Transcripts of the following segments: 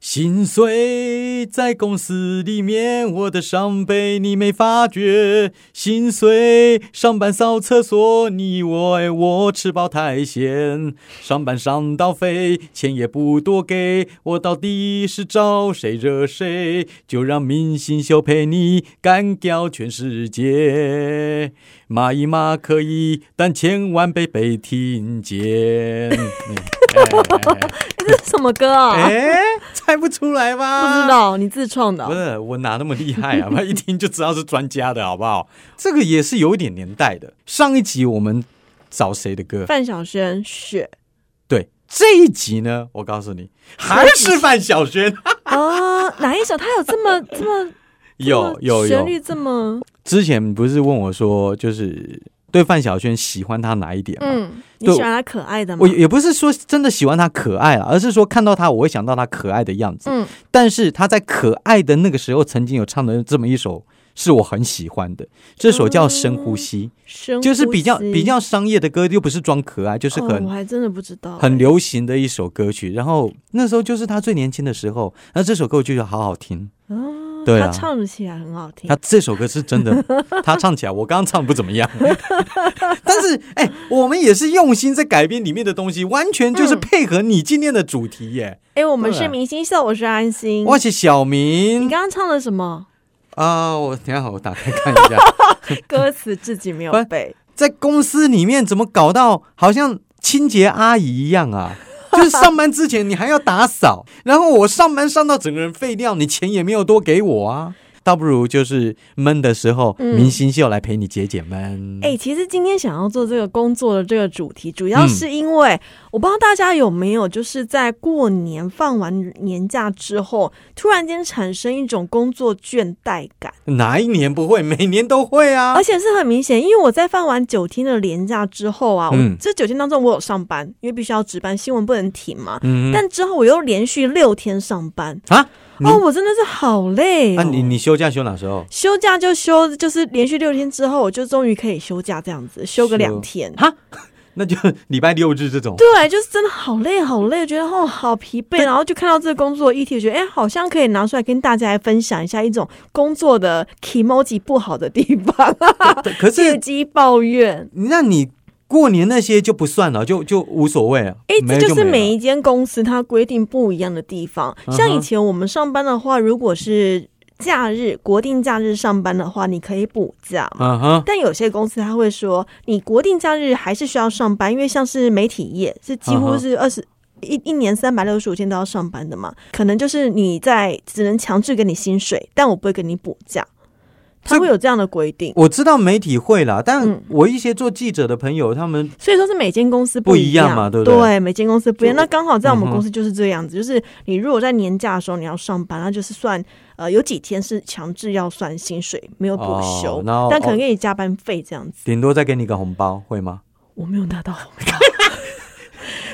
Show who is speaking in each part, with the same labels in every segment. Speaker 1: 心碎在公司里面，我的伤悲你没发觉。心碎，上班扫厕所，你我爱我吃饱太闲。上班上到飞，钱也不多给，我到底是招谁惹谁？就让明星秀陪你干掉全世界。骂一骂可以，但千万别被听见。
Speaker 2: 这是什么歌啊？
Speaker 1: 哎，猜不出来
Speaker 2: 不
Speaker 1: 吧？
Speaker 2: 知道，你自创的
Speaker 1: 不
Speaker 2: 哦。
Speaker 1: 是我哪那么厉害啊？ 一听就知道是专家的好不好？这个也是有一点年代的。上一集我们找谁的歌？
Speaker 2: 范晓萱雪
Speaker 1: 对，这一集呢，我告诉你，还是范晓萱。
Speaker 2: 啊，哪一首？她有这么这么
Speaker 1: 有
Speaker 2: 这么
Speaker 1: 有
Speaker 2: 旋
Speaker 1: 有
Speaker 2: 律，这么
Speaker 1: 之前不是问我说，就是对范晓萱喜欢她哪一点吗？
Speaker 2: 嗯？你
Speaker 1: 对
Speaker 2: 喜欢她可爱的吗
Speaker 1: 我？也不是说真的喜欢她可爱啦，而是说看到她我会想到她可爱的样子。
Speaker 2: 嗯，
Speaker 1: 但是她在可爱的那个时候，曾经有唱的这么一首是我很喜欢的，这首叫《深呼吸》。
Speaker 2: 嗯深呼吸
Speaker 1: 就是比较比较商业的歌，又不是装可爱，就是
Speaker 2: 哦
Speaker 1: 很、
Speaker 2: 我还真的不知道，哎
Speaker 1: 很流行的一首歌曲。然后那时候就是他最年轻的时候，那这首歌我就觉得好好听。
Speaker 2: 哦
Speaker 1: 对啊
Speaker 2: 她唱起来很好听
Speaker 1: 他。这首歌是真 的，他唱起来我刚刚唱不怎么样， 但是哎、我们也是用心在改编里面的东西，完全就是
Speaker 2: 嗯
Speaker 1: 配合你今天的主题耶。
Speaker 2: 哎，我们
Speaker 1: 对啊
Speaker 2: 是明星秀，我是安心。
Speaker 1: 我是小
Speaker 2: 你
Speaker 1: 明
Speaker 2: 刚刚唱了 什么
Speaker 1: 啊、我等一下我打开看一下，
Speaker 2: 歌词？自己没有
Speaker 1: 不
Speaker 2: 背。
Speaker 1: 在公司里面怎么搞到好像清洁阿姨一样啊？就是上班之前你还要打 扫，然后我上班上到整个人废掉，你钱也没有多给我啊，倒不如就是闷的时候，
Speaker 2: 嗯
Speaker 1: 明星秀来陪你解解闷。
Speaker 2: 哎、其实今天想要做这个工作的这个主题，主要
Speaker 1: 嗯
Speaker 2: 是因为、我不知道大家有没有，就是在过年放完年假之后，突然间产生一种工作倦怠感，
Speaker 1: 哪一年不会？每年都会啊
Speaker 2: 而。且是很明显。因为我在放完九天的年假之后啊，
Speaker 1: 嗯
Speaker 2: 我这九天当中我有上班，因为必须要值班，新闻不能停嘛。
Speaker 1: 嗯
Speaker 2: 但之后我又连续六天上班，
Speaker 1: 啊，你
Speaker 2: 哦，我真的是好累、哦。
Speaker 1: 啊，你你休假休哪时 候？
Speaker 2: 休假就休，就是连续六天之后，我就终于可以休假这样子，休
Speaker 1: 休
Speaker 2: 个两天。
Speaker 1: 那就礼拜六日这种。
Speaker 2: 对，就是真的好累好累，觉得哦好疲惫，然后就看到这个工作议题，我觉得哎、好像可以拿出来跟大家来分享一下一种工作的 emoji 不好的地 方，
Speaker 1: 对可
Speaker 2: 借
Speaker 1: 是
Speaker 2: 机抱怨。
Speaker 1: 那你过年那些就不算了，就就无所谓了。
Speaker 2: 哎，
Speaker 1: 没了
Speaker 2: 这就是
Speaker 1: 没
Speaker 2: 每
Speaker 1: 了
Speaker 2: 一间公司它规定不一样的地方。像
Speaker 1: 嗯
Speaker 2: 以
Speaker 1: 哼
Speaker 2: 前我们上班的话，如果是假日国定假日上班的话，你可以补假嘛。
Speaker 1: 嗯哼，
Speaker 2: 但有些公司他会说，你国定假日还是需要上班，因为像是媒体业是几
Speaker 1: 嗯
Speaker 2: 乎
Speaker 1: 哼
Speaker 2: 是二十。一一年三百六十五天都要上班的嘛，可能就是你在只能强制给你薪水，但我不会给你补假，他
Speaker 1: 这
Speaker 2: 会有这样的规定，
Speaker 1: 我知道媒体会啦，但
Speaker 2: 嗯
Speaker 1: 我一些做记者的朋友，他们
Speaker 2: 所以说是每间公司
Speaker 1: 不一
Speaker 2: 一
Speaker 1: 样嘛对不对
Speaker 2: 对？每间公司不一样。
Speaker 1: 就
Speaker 2: 那刚好在我们
Speaker 1: 嗯哼
Speaker 2: 公司就是这样子，就是你如果在年假的时候你要上班，那就是算呃有几天是强制要算薪水，没有补
Speaker 1: 哦
Speaker 2: 休，
Speaker 1: 然后
Speaker 2: 但可能
Speaker 1: 哦
Speaker 2: 给你加班费这样子。
Speaker 1: 顶多再给你个红包，会吗？
Speaker 2: 我没有拿到红包，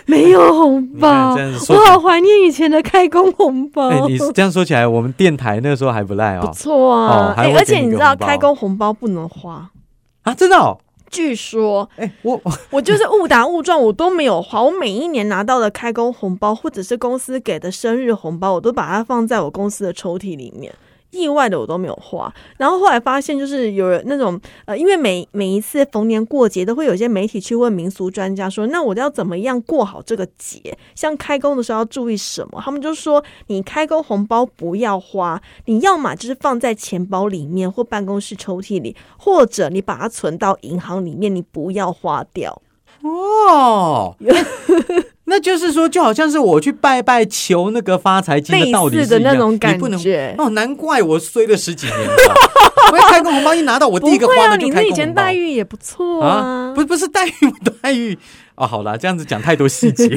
Speaker 2: 没有红包，
Speaker 1: 你看这样说起
Speaker 2: 我好怀念以前的开工红包，
Speaker 1: 哎、你这样说起来，我们电台那时候还不赖
Speaker 2: 哦 不
Speaker 1: 哦。
Speaker 2: 错啊
Speaker 1: 哦！还
Speaker 2: 哎、
Speaker 1: 会
Speaker 2: 而
Speaker 1: 给
Speaker 2: 且
Speaker 1: 你
Speaker 2: 你
Speaker 1: 个
Speaker 2: 知道
Speaker 1: 红包
Speaker 2: 开工红包不能花，
Speaker 1: 啊，真的哦。
Speaker 2: 据说
Speaker 1: 哎、我
Speaker 2: 我就是误打误撞，我都没有花。我每一年拿到的开工红包，或者是公司给的生日红包，我都把它放在我公司的抽屉里面。意外的我都没有花，然后后来发现就是有人那种呃，因为每每一次逢年过节都会有一些媒体去问民俗专家说，那我要怎么样过好这个节？像开工的时候要注意什么？他们就说你开工红包不要花，你要么就是放在钱包里面或办公室抽屉里，或者你把它存到银行里面，你不要花掉。
Speaker 1: 哦，那就是说，就好像是我去拜拜求那个发财金
Speaker 2: 类
Speaker 1: 的道理
Speaker 2: 似
Speaker 1: 是
Speaker 2: 的
Speaker 1: 一样
Speaker 2: 那种感
Speaker 1: 你不能
Speaker 2: 觉。
Speaker 1: 哦，难怪我衰了十几年了。 我要开工红包一拿到，我第一个
Speaker 2: 不会
Speaker 1: 花
Speaker 2: 啊，
Speaker 1: 的就
Speaker 2: 你
Speaker 1: 开
Speaker 2: 那
Speaker 1: 工
Speaker 2: 以
Speaker 1: 红
Speaker 2: 前
Speaker 1: 包
Speaker 2: 待遇也不错
Speaker 1: 啊
Speaker 2: 啊，，
Speaker 1: 不不是待遇待遇哦，好啦，这样子讲太多细 节，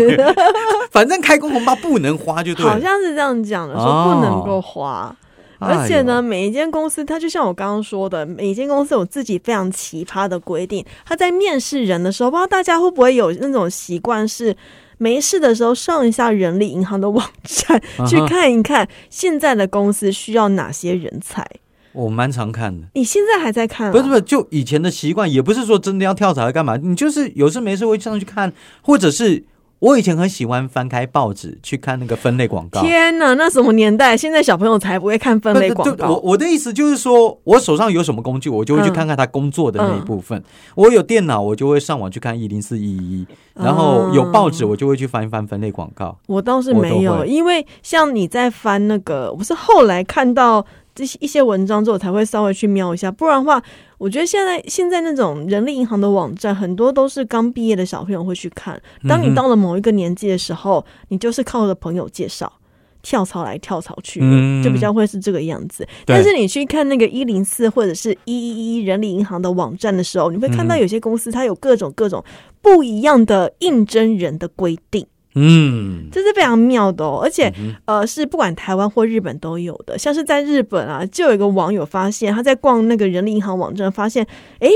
Speaker 1: 反正开工红包不能花就对了。
Speaker 2: 好像是这样讲的，说
Speaker 1: 哦
Speaker 2: 不能够花。
Speaker 1: 哎
Speaker 2: 而且呢，每一间公司，它就像我刚刚说的，每一间公司有自己非常奇葩的规定。它在面试人的时候，不知道大家会不会有那种习惯是。没事的时候上一下人力银行的网站
Speaker 1: 啊哈
Speaker 2: 去看一看，现在的公司需要哪些人才？
Speaker 1: 哎呦，我蛮常看的。
Speaker 2: 你现在还在看、啊？
Speaker 1: 不是不是，就以前的习惯，也不是说真的要跳槽要干嘛，你就是有事没事会上去看，或者是我以前很喜欢翻开报纸去看那个分类广告。
Speaker 2: 天哪，那什么年代？现在小朋友才不会看分类
Speaker 1: 不
Speaker 2: 广
Speaker 1: 对我
Speaker 2: 告。
Speaker 1: 我的意思就是说，我手上有什么工具，我就会去
Speaker 2: 嗯
Speaker 1: 看看他工作的那一
Speaker 2: 嗯
Speaker 1: 部分。我有电脑，我就会上网去看一零四一一，然后有报纸，我就会去翻一翻分类广告。
Speaker 2: 我倒是
Speaker 1: 我都
Speaker 2: 没有，
Speaker 1: 会
Speaker 2: 因为像你在翻那个，我是后来看到这些一些文章之后才会稍微去瞄一下，不然的话，我觉得现在现在那种人力银行的网站很多都是刚毕业的小朋友会去看。当
Speaker 1: 嗯
Speaker 2: 你
Speaker 1: 哼
Speaker 2: 到了某一个年纪的时候，你就是靠着朋友介绍跳槽来跳槽去的，
Speaker 1: 嗯
Speaker 2: 就比较会是这个样子。
Speaker 1: 对
Speaker 2: 但是你去看那个一零四或者是一一一人力银行的网站的时候，你会看到
Speaker 1: 嗯
Speaker 2: 有些公司它有各种各种不一样的应征人的规定，
Speaker 1: 嗯，
Speaker 2: 这是非常妙的哦。而且、
Speaker 1: 嗯
Speaker 2: 呃，是不管台湾或日本都有的，像是在日本啊，就有一个网友发现他在逛那个人力银行网站，发现诶，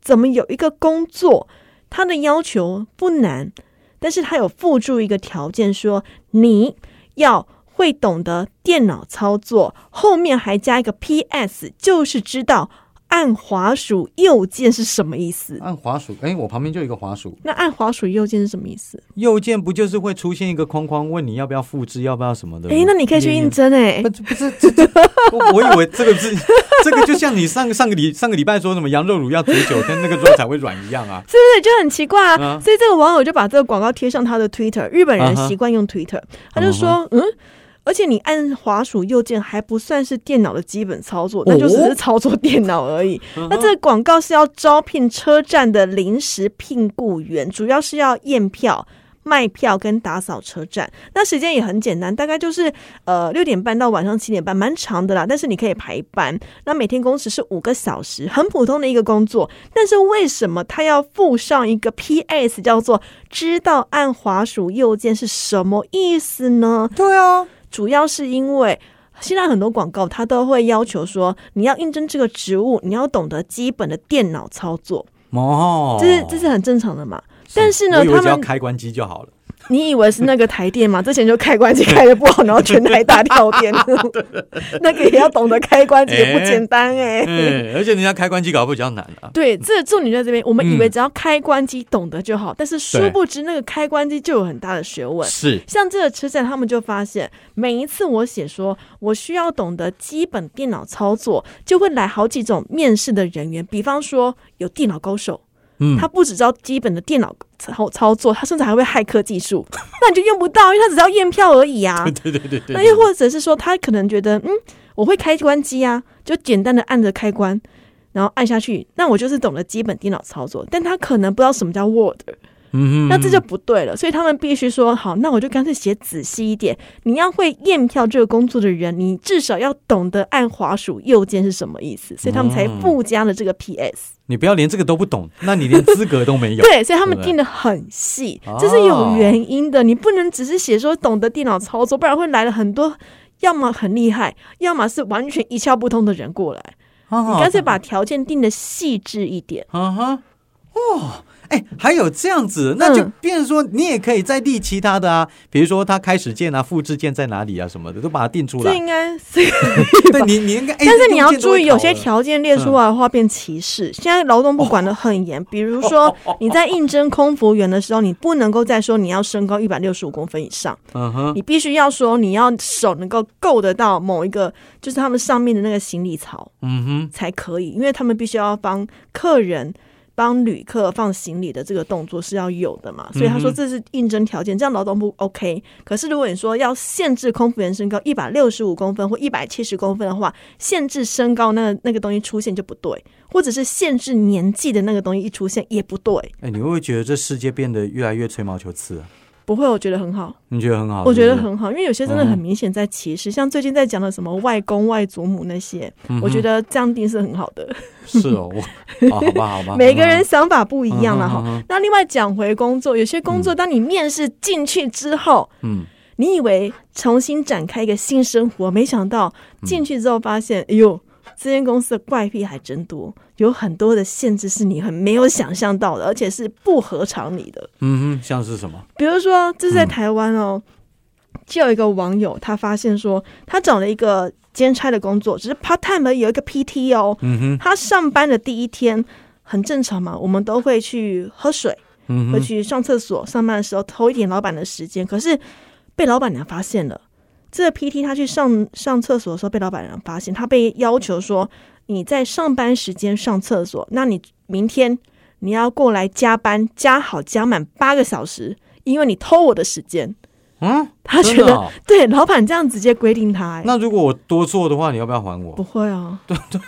Speaker 2: 怎么有一个工作，他的要求不难，但是他有附注一个条件说你要。会懂得电脑操作，后面还加一个 P.S.，就是知道按滑鼠右键是什么意思。
Speaker 1: 按滑鼠，哎，我旁边就有一个滑鼠，
Speaker 2: 那按滑鼠右键是什么意思？
Speaker 1: 右键不就是会出现一个框框，问你要不要复制，要不要什么的？
Speaker 2: 诶，那你可以去应
Speaker 1: 验。
Speaker 2: 征诶。
Speaker 1: 不是不是，这这我我以为这个是这个，就像你上个上个礼上个礼拜说什么羊肉乳要煮久天那个肉才会软一样啊。
Speaker 2: 是不是就很奇怪啊？
Speaker 1: 嗯
Speaker 2: 所以这个网友就把这个广告贴上他的 Twitter，日本人
Speaker 1: 嗯哼
Speaker 2: 习惯用 Twitter，、他就说，嗯，而且你按滑鼠右键还不算是电脑的基本操作，那就只是操作电脑而已。那这个广告是要招聘车站的临时聘雇员，主要是要验票。卖票跟打扫车站，那时间也很简单，大概就是呃六点半到晚上七点半，蛮长的啦。但是你可以排班，那每天工时是五个小时，很普通的一个工作。但是为什么他要附上一个 P.S. 叫做“知道按滑鼠右键是什么意思呢
Speaker 1: 对啊，？”
Speaker 2: 主要是因为。现在很多广告，它都会要求说，你要应征这个职务，你要懂得基本的电脑操作，
Speaker 1: 哦，
Speaker 2: 这是这是很正常的嘛。但是呢
Speaker 1: 我以为
Speaker 2: 他
Speaker 1: 只要
Speaker 2: 们
Speaker 1: 开关机就好了。
Speaker 2: 你以为是那个台电嘛？之前就开关机开的不好，然后全台大跳 电， 那个也要懂得开关机，也不简单 哎、
Speaker 1: 嗯，而且人家开关机搞不好比较难啊。
Speaker 2: 对，这重点就在这边。我们
Speaker 1: 嗯
Speaker 2: 以为只要开关机懂得就好，但是殊
Speaker 1: 对
Speaker 2: 不知那个开关机就有很大的学问。
Speaker 1: 是，
Speaker 2: 像这个车站，他们就发现，每一次我写说我需要懂得基本电脑操作，就会来好几种面试的人员。比方说，有电脑高手，
Speaker 1: 嗯
Speaker 2: 他不只知道基本的电脑操操作，他甚至还会骇客 技术，那你就用不到，因为他只是要验票而已啊。
Speaker 1: 对对对对
Speaker 2: 那又或者是说，他可能觉得，嗯，我会开关机啊，就简单的按着开关，然后按下去，那我就是懂得基本电脑操作，但他可能不知道什么叫 Word，
Speaker 1: 嗯哼
Speaker 2: 那这就不对了。所以他们必须说，好，那我就干脆写仔细一点。你要会验票这个工作的人，你至少要懂得按滑鼠右键是什么意思，所以他们才
Speaker 1: 嗯
Speaker 2: 附加了这个 PS。
Speaker 1: 你嗯不要连这个都不懂，那你连资格都没有。
Speaker 2: 对，所以他
Speaker 1: 对
Speaker 2: 们
Speaker 1: 不对
Speaker 2: 定的很细
Speaker 1: 哦，
Speaker 2: 这是有原因的。你不能只是写说懂得电脑操作，不然会来了很多，要么很厉害，要么是完全一窍不通的人过来。
Speaker 1: 哦，
Speaker 2: 你干脆把条件定的细致一点。
Speaker 1: 啊哈，哦，哎，还有这样子，那就
Speaker 2: 嗯
Speaker 1: 变成说你也可以再立其他的啊，比如说它开始键啊、复制键在哪里啊什么的，都把它定出
Speaker 2: 这
Speaker 1: 来。
Speaker 2: 应该是，
Speaker 1: 对，你你应 该，哎
Speaker 2: 但是你要
Speaker 1: 这
Speaker 2: 注
Speaker 1: 东西
Speaker 2: 意，
Speaker 1: 都
Speaker 2: 有
Speaker 1: 会考
Speaker 2: 些
Speaker 1: 了
Speaker 2: 条件列出来的话变歧视。现在劳动部管得很严，比如说
Speaker 1: 哦
Speaker 2: 你在应征空服员的时候，你不能够再说你要身高一百六十五公分以上。
Speaker 1: 嗯哼，
Speaker 2: 你必须要说你要手能够够得到某一个，就是他们上面的那个行李槽
Speaker 1: 嗯哼，
Speaker 2: 才可以，因为他们必须要帮客人。帮旅客放行李的这个动作是要有的嘛，所以他说
Speaker 1: 嗯哼
Speaker 2: 这是应征条件，这样劳动部 OK。可是如果你说要限制空服员身高一百六十五公分或一百七十公分的话，限制身高那那个东西出现就不对，或者是限制年纪的那个东西一出现也不对，
Speaker 1: 哎，你会不会觉得这世界变得越来越吹毛求疵啊？
Speaker 2: 不会，我觉得很好。
Speaker 1: 你觉得很好？
Speaker 2: 我觉
Speaker 1: 是
Speaker 2: 得
Speaker 1: 哦不是，嗯
Speaker 2: 很好，因为有些真的很明显在歧视，像最近在讲的什么外公外祖母那些，我觉得这样定是很好的。
Speaker 1: 是哦，我 哦好吧，好吧，
Speaker 2: 每个人想法不一样了
Speaker 1: 嗯
Speaker 2: 哈。
Speaker 1: 哼嗯嗯哼
Speaker 2: 那另外讲回工作，有些工作当你面试进去之后，
Speaker 1: 嗯，
Speaker 2: 你以为重新展开一个新生活，没想到进去之后发
Speaker 1: 嗯
Speaker 2: 现，哎呦，这间公司的怪癖还真多，有很多的限制是你很没有想象到的，而且是不合常理的。
Speaker 1: 嗯哼，像是什么？
Speaker 2: 比如说，这是
Speaker 1: 嗯
Speaker 2: 在台湾哦，就有一个网友他发现说，他找了一个兼差的工作，只是 part time 而已有一个 PT 哦。
Speaker 1: 嗯哼，
Speaker 2: 他上班的第一天很正常嘛，我们都会去喝水，
Speaker 1: 嗯
Speaker 2: 会
Speaker 1: 哼，
Speaker 2: 去上厕所、上班的时候偷一点老板的时间，可是被老板娘发现了。这个 PT 他去上上厕所的时候被老板娘发现，他被要求说你在上班时间上厕所，那你明天你要过来加班，加好加满八个小时，因为你偷我的时间。
Speaker 1: 嗯，
Speaker 2: 他觉
Speaker 1: 真的
Speaker 2: 得、
Speaker 1: 哦
Speaker 2: 对老板这样直接规定他、哎，
Speaker 1: 那如果我多做的话，你要不要还我？
Speaker 2: 不会啊。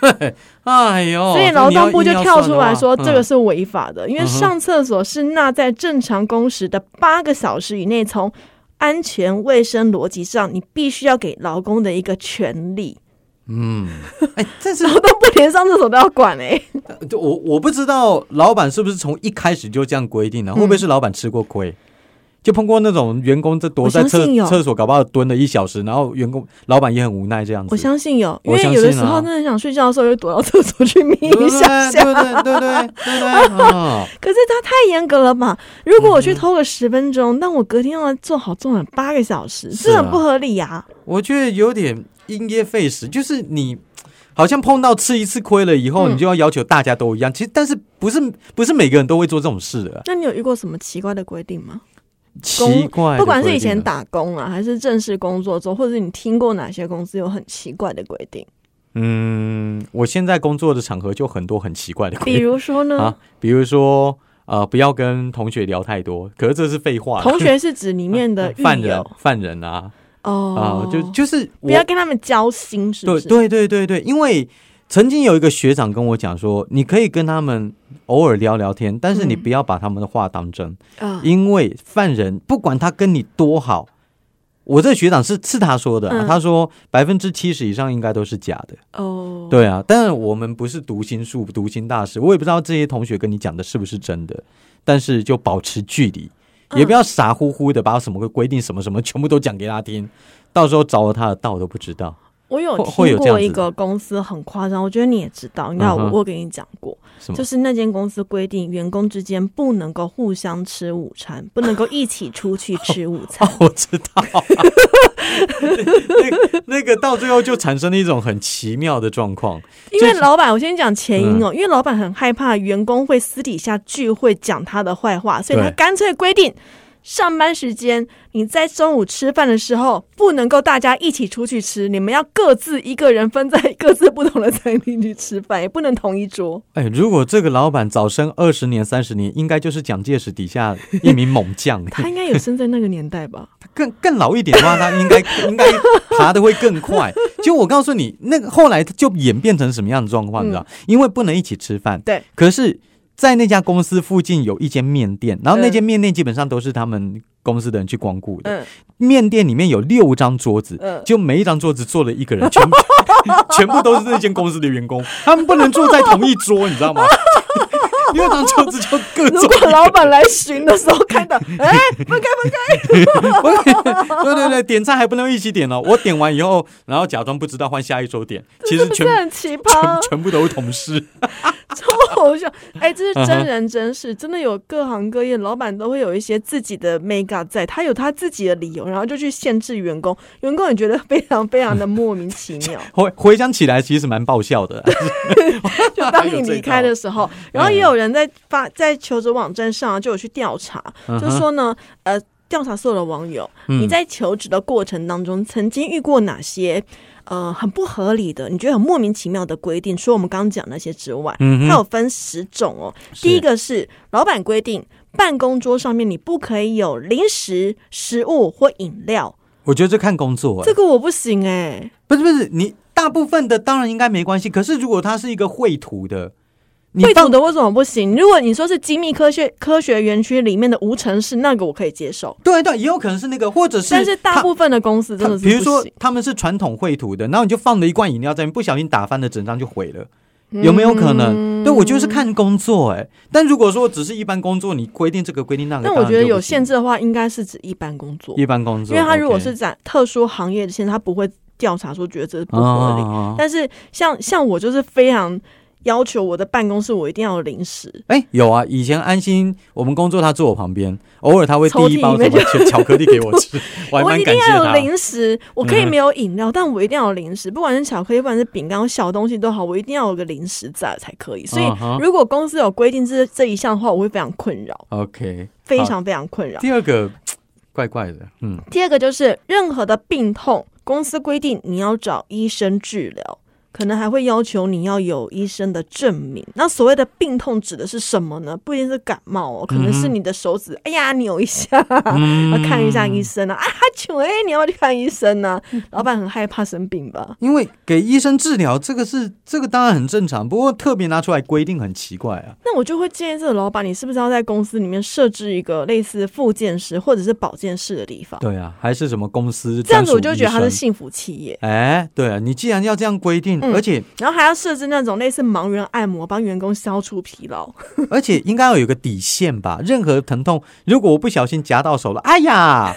Speaker 1: 哎呦，
Speaker 2: 所以
Speaker 1: 这
Speaker 2: 劳
Speaker 1: 你要
Speaker 2: 动部就
Speaker 1: 硬要
Speaker 2: 跳
Speaker 1: 算
Speaker 2: 出
Speaker 1: 的
Speaker 2: 来
Speaker 1: 话
Speaker 2: 说，这
Speaker 1: 嗯
Speaker 2: 个是违法的，因为
Speaker 1: 嗯哼
Speaker 2: 上厕所是纳在正常工时的八个小时以内，从安全卫生逻辑上，你必须要给劳工的一个权利。
Speaker 1: 嗯，哎，但是
Speaker 2: 劳动部连上厕所都要管哎、
Speaker 1: 就我我不知道老板是不是从一开始就这样规定的、会
Speaker 2: 嗯
Speaker 1: 不会是老板吃过亏？就碰过那种员工在躲在
Speaker 2: 我
Speaker 1: 厕
Speaker 2: 相信有
Speaker 1: 厕所，搞不好蹲了一小时，然后员工老板也很无奈这样子。
Speaker 2: 我相信有，因
Speaker 1: 我
Speaker 2: 为
Speaker 1: 相
Speaker 2: 有的
Speaker 1: 信
Speaker 2: 时
Speaker 1: 啊
Speaker 2: 候真的想睡觉的时候，就躲到厕所去眯
Speaker 1: 对不
Speaker 2: 一下
Speaker 1: 对
Speaker 2: 下。
Speaker 1: 对不对对不对对不对啊！
Speaker 2: 可是他太严格了吧？如果我
Speaker 1: 嗯
Speaker 2: 去偷个十分钟，但我隔天要做好做满八个小时，
Speaker 1: 是啊
Speaker 2: 这很不合理呀、
Speaker 1: 我觉得有点因噎废食，就是你好像碰到吃一次亏了以后，
Speaker 2: 嗯
Speaker 1: 你就要要求大家都一样。其实，但是不是不是每个人都会做这种事的，
Speaker 2: 那你有遇过什么奇怪的规定吗？
Speaker 1: 奇怪的规定啊。
Speaker 2: 不管是以前打工啊，还是正式工作中，或者是你听过哪些公司有很奇怪的规 定？
Speaker 1: 嗯，我现在工作的场合就很多很奇怪的规
Speaker 2: 比
Speaker 1: 定
Speaker 2: 如说呢
Speaker 1: 啊，，比如说呃，不要跟同学聊太多，可是这是废话。
Speaker 2: 同学是指里面的
Speaker 1: 啊犯
Speaker 2: 狱
Speaker 1: 人
Speaker 2: 友，
Speaker 1: 犯人啊啊、
Speaker 2: 哦，
Speaker 1: 就就是我
Speaker 2: 不要跟他们交心，是不
Speaker 1: 对
Speaker 2: 是？
Speaker 1: 对对对对，因为曾经有一个学长跟我讲说，你可以跟他们偶尔聊聊天，但是你
Speaker 2: 嗯
Speaker 1: 不要把他们的话当真，
Speaker 2: 啊，
Speaker 1: 因为犯人不管他跟你多好，我这个学长是是他说的啊、
Speaker 2: 嗯
Speaker 1: 他说百分之七十以上应该都是假的。
Speaker 2: 哦，
Speaker 1: 对啊，但是我们不是读心术、读心大师，我也不知道这些同学跟你讲的是不是真的，但是就保持距离，
Speaker 2: 嗯
Speaker 1: 也不要傻乎乎的把什么规定、什么什么全部都讲给他听，到时候着了他的道都不知道。
Speaker 2: 我有
Speaker 1: 会会有
Speaker 2: 听
Speaker 1: 这样
Speaker 2: 过
Speaker 1: 子
Speaker 2: 一个公司很夸张，我觉得你也知道，应该
Speaker 1: 嗯
Speaker 2: 我
Speaker 1: 哼
Speaker 2: 我跟你讲过，
Speaker 1: 什么？
Speaker 2: 就是那间公司规定员工之间不能够互相吃午餐，不能够一起出去吃午 餐。
Speaker 1: 我知 道、那那个到最后就产生了一种很奇妙的状况。
Speaker 2: 因为老板，我先讲前因
Speaker 1: 嗯
Speaker 2: 哦，因为老板很害怕员工会私底下聚会讲他的坏话，所以他
Speaker 1: 对
Speaker 2: 干脆规定上班时间你在中午吃饭的时候不能够大家一起出去吃，你们要各自一个人分在各自不同的餐厅去吃饭，也不能同一桌。
Speaker 1: 哎，如果这个老板早生二十年、三十年，应该就是蒋介石底下一名猛将。
Speaker 2: 他应该有生在那个年 代吧？
Speaker 1: 更更老一点的话，他应该 应该爬的会更快。就我告诉你，那个后来他就演变成什么样的状
Speaker 2: 嗯
Speaker 1: 况，你知道？因为不能一起吃饭，
Speaker 2: 对。
Speaker 1: 可是，在那家公司附近有一间面店，然后那间面店基本上都是他们公司的人去光顾的。
Speaker 2: 嗯，
Speaker 1: 面店里面有六张桌子，
Speaker 2: 嗯
Speaker 1: 就每一张桌子坐了一个人，全部 全部都是那间公司的员工，他们不能坐在同一桌，你知道吗？ 六张桌子就各
Speaker 2: 如
Speaker 1: 坐
Speaker 2: 果老板来巡的时候 看到，哎、
Speaker 1: 不是 对对对，点菜还不能一起点哦。我点完以后，然后假装不知道换下一周点，其实
Speaker 2: 是不啊
Speaker 1: 全
Speaker 2: 是很奇葩
Speaker 1: 全？全部都是同事。
Speaker 2: 超好 笑！哎、这是真人真事，真的有各行各业老板都会有一些自己的 mega 在，他有他自己的理由，然后就去限制员工，员工也觉得非常非常的莫名其妙。
Speaker 1: 回回想起来，其实蛮爆笑的。
Speaker 2: 就当你离开的时候，然后也有人在发在求职网站上、啊、就有去调查，
Speaker 1: 嗯
Speaker 2: 就
Speaker 1: 哼
Speaker 2: 说呢，呃，调查所有的网友，你在求职的过程当中曾经遇过哪些呃很不合理的，你觉得很莫名其妙的规定？除了我们刚刚讲那些之外，
Speaker 1: 嗯哼
Speaker 2: 它有分十种哦。
Speaker 1: 是
Speaker 2: 第一个是老板规定，办公桌上面你不可以有零食、食物或饮料，
Speaker 1: 我觉得这看工作、哎
Speaker 2: 这个我不行哎、
Speaker 1: 不是不是，你大部分的当然应该没关系，可是如果他是一个绘图的，你
Speaker 2: 绘图
Speaker 1: 放
Speaker 2: 的为什么不行？如果你说是精密科学科学园区里面的无尘室，那个我可以接受，
Speaker 1: 对对，也有可能是那个，或者是
Speaker 2: 但是大
Speaker 1: 他
Speaker 2: 部分的公司真的是
Speaker 1: 比如
Speaker 2: 不
Speaker 1: 说
Speaker 2: 行。
Speaker 1: 他们是传统绘图的，然后你就放了一罐饮料在那边，不小心打翻了，整张就毁了。
Speaker 2: 嗯
Speaker 1: 有没有可能？对我就是看工作哎、但如果说只是一般工作，你规定这个规定那个，
Speaker 2: 但我觉得有限
Speaker 1: 制。
Speaker 2: 制的话，应该是指一般工作，
Speaker 1: 一般工作，
Speaker 2: 因为他如果
Speaker 1: OK
Speaker 2: 是在特殊行业的限制，他不会调查说觉得这是不合理。
Speaker 1: 哦
Speaker 2: 但是像像我就是非常要求我的办公室我一定要有零食，
Speaker 1: 哎、有啊，以前安心我们工作，他坐我旁边，偶尔他会递一包什么巧巧克力给我吃，我还
Speaker 2: 我
Speaker 1: 蛮
Speaker 2: 一
Speaker 1: 感
Speaker 2: 定
Speaker 1: 谢
Speaker 2: 要有
Speaker 1: 他。
Speaker 2: 零食，我可以
Speaker 1: 嗯
Speaker 2: 没有饮料，但我一定要有零食，不管是巧克力，不管是饼干，小东西都好，我一定要有个零食在才可以。所以
Speaker 1: 嗯哼
Speaker 2: 如果公司有规定这这一项的话，我会非常困扰，
Speaker 1: OK，
Speaker 2: 非常非常困扰。
Speaker 1: 第二个怪怪的，嗯，
Speaker 2: 第二个就是任何的病痛，公司规定你要找医生治疗，可能还会要求你要有医生的证明。那所谓的病痛指的是什么呢？不一定是感冒哦，可能是你的手指，哎呀扭一下，要啊
Speaker 1: 嗯
Speaker 2: 看一下医生啊，啊哈请问哎你要不要去看医生啊呢、老板很害怕生啊病吧？
Speaker 1: 因为给医生治疗这个是这个当然很正常，不过特别拿出来规定很奇怪啊。
Speaker 2: 那我就会建议这个老板，你是不是要在公司里面设置一个类似复健室或者是保健室的地方？
Speaker 1: 对啊，还是什么公司
Speaker 2: 这样
Speaker 1: 专
Speaker 2: 子
Speaker 1: 属
Speaker 2: 我就觉得他
Speaker 1: 医
Speaker 2: 是
Speaker 1: 生
Speaker 2: 幸福企业。
Speaker 1: 哎，对啊，你既然要这样规定，
Speaker 2: 嗯
Speaker 1: 而且
Speaker 2: 然后还要设置那种类似盲人按摩，帮员工消除疲劳。
Speaker 1: 而且应该要有个底线吧？任何疼痛，如果我不小心夹到手了，哎 呀，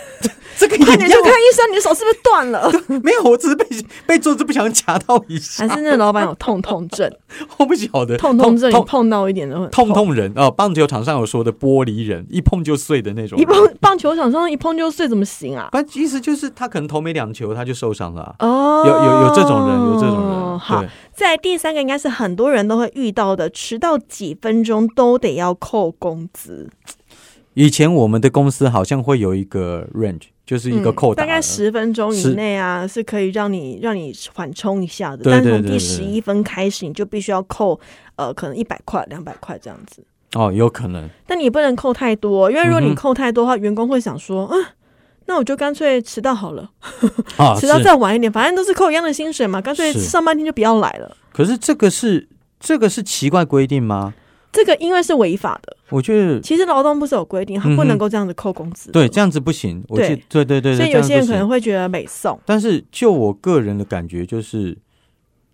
Speaker 1: 这个
Speaker 2: 快
Speaker 1: 也
Speaker 2: 点去看
Speaker 1: 要
Speaker 2: 医生，你的手是不是断 了？
Speaker 1: 没有，我只是被被桌子不小心夹到一
Speaker 2: 还
Speaker 1: 下，
Speaker 2: 是那老板有痛痛症？
Speaker 1: 我不晓得
Speaker 2: 啊 痛痛症，你
Speaker 1: 痛
Speaker 2: 碰到一点都很
Speaker 1: 痛。痛人哦，棒球场上有说的玻璃人，一碰就碎的那种
Speaker 2: 一
Speaker 1: 人。
Speaker 2: 碰棒球场上一碰就碎，怎么行啊？
Speaker 1: 不，意思就是他可能投没两球他就受伤了啊、
Speaker 2: 哦，
Speaker 1: 有有有这种人，有这种人，
Speaker 2: 好
Speaker 1: 对，，
Speaker 2: 在第三个应该是很多人都会遇到的，迟到几分钟都得要扣工资，
Speaker 1: 以前我们的公司好像会有一个 range，就是一个
Speaker 2: 嗯
Speaker 1: 扣打、
Speaker 2: 大概。十分钟以
Speaker 1: 是
Speaker 2: 内啊，是可以让你让你缓冲一下的。
Speaker 1: 对
Speaker 2: 但是
Speaker 1: 对
Speaker 2: 从
Speaker 1: 对
Speaker 2: 第
Speaker 1: 对
Speaker 2: 十一分开始，你就必须要扣呃，可能一百块、两百块这样子。
Speaker 1: 哦，有可能。
Speaker 2: 但你不能扣太多，因为如果
Speaker 1: 嗯
Speaker 2: 你
Speaker 1: 哼
Speaker 2: 扣太多的话，员工会想说，嗯，那我就干脆迟到好了，
Speaker 1: 啊，
Speaker 2: 迟到
Speaker 1: 是
Speaker 2: 再晚一点，反正都是扣一样的薪水嘛，干脆
Speaker 1: 是
Speaker 2: 上半天就不要来了。
Speaker 1: 可是这个是这个是奇怪规定吗？
Speaker 2: 这个因为是违法的，
Speaker 1: 我觉得
Speaker 2: 其实劳动部是有规定，他
Speaker 1: 嗯
Speaker 2: 不
Speaker 1: 哼
Speaker 2: 能够这样子扣工资的、
Speaker 1: 对，这样子不行。我
Speaker 2: 对
Speaker 1: 记对对对，
Speaker 2: 所
Speaker 1: 对
Speaker 2: 以有些人可。
Speaker 1: 这样不
Speaker 2: 能
Speaker 1: 行
Speaker 2: 会觉得美送。
Speaker 1: 但是就我个人的感觉，就是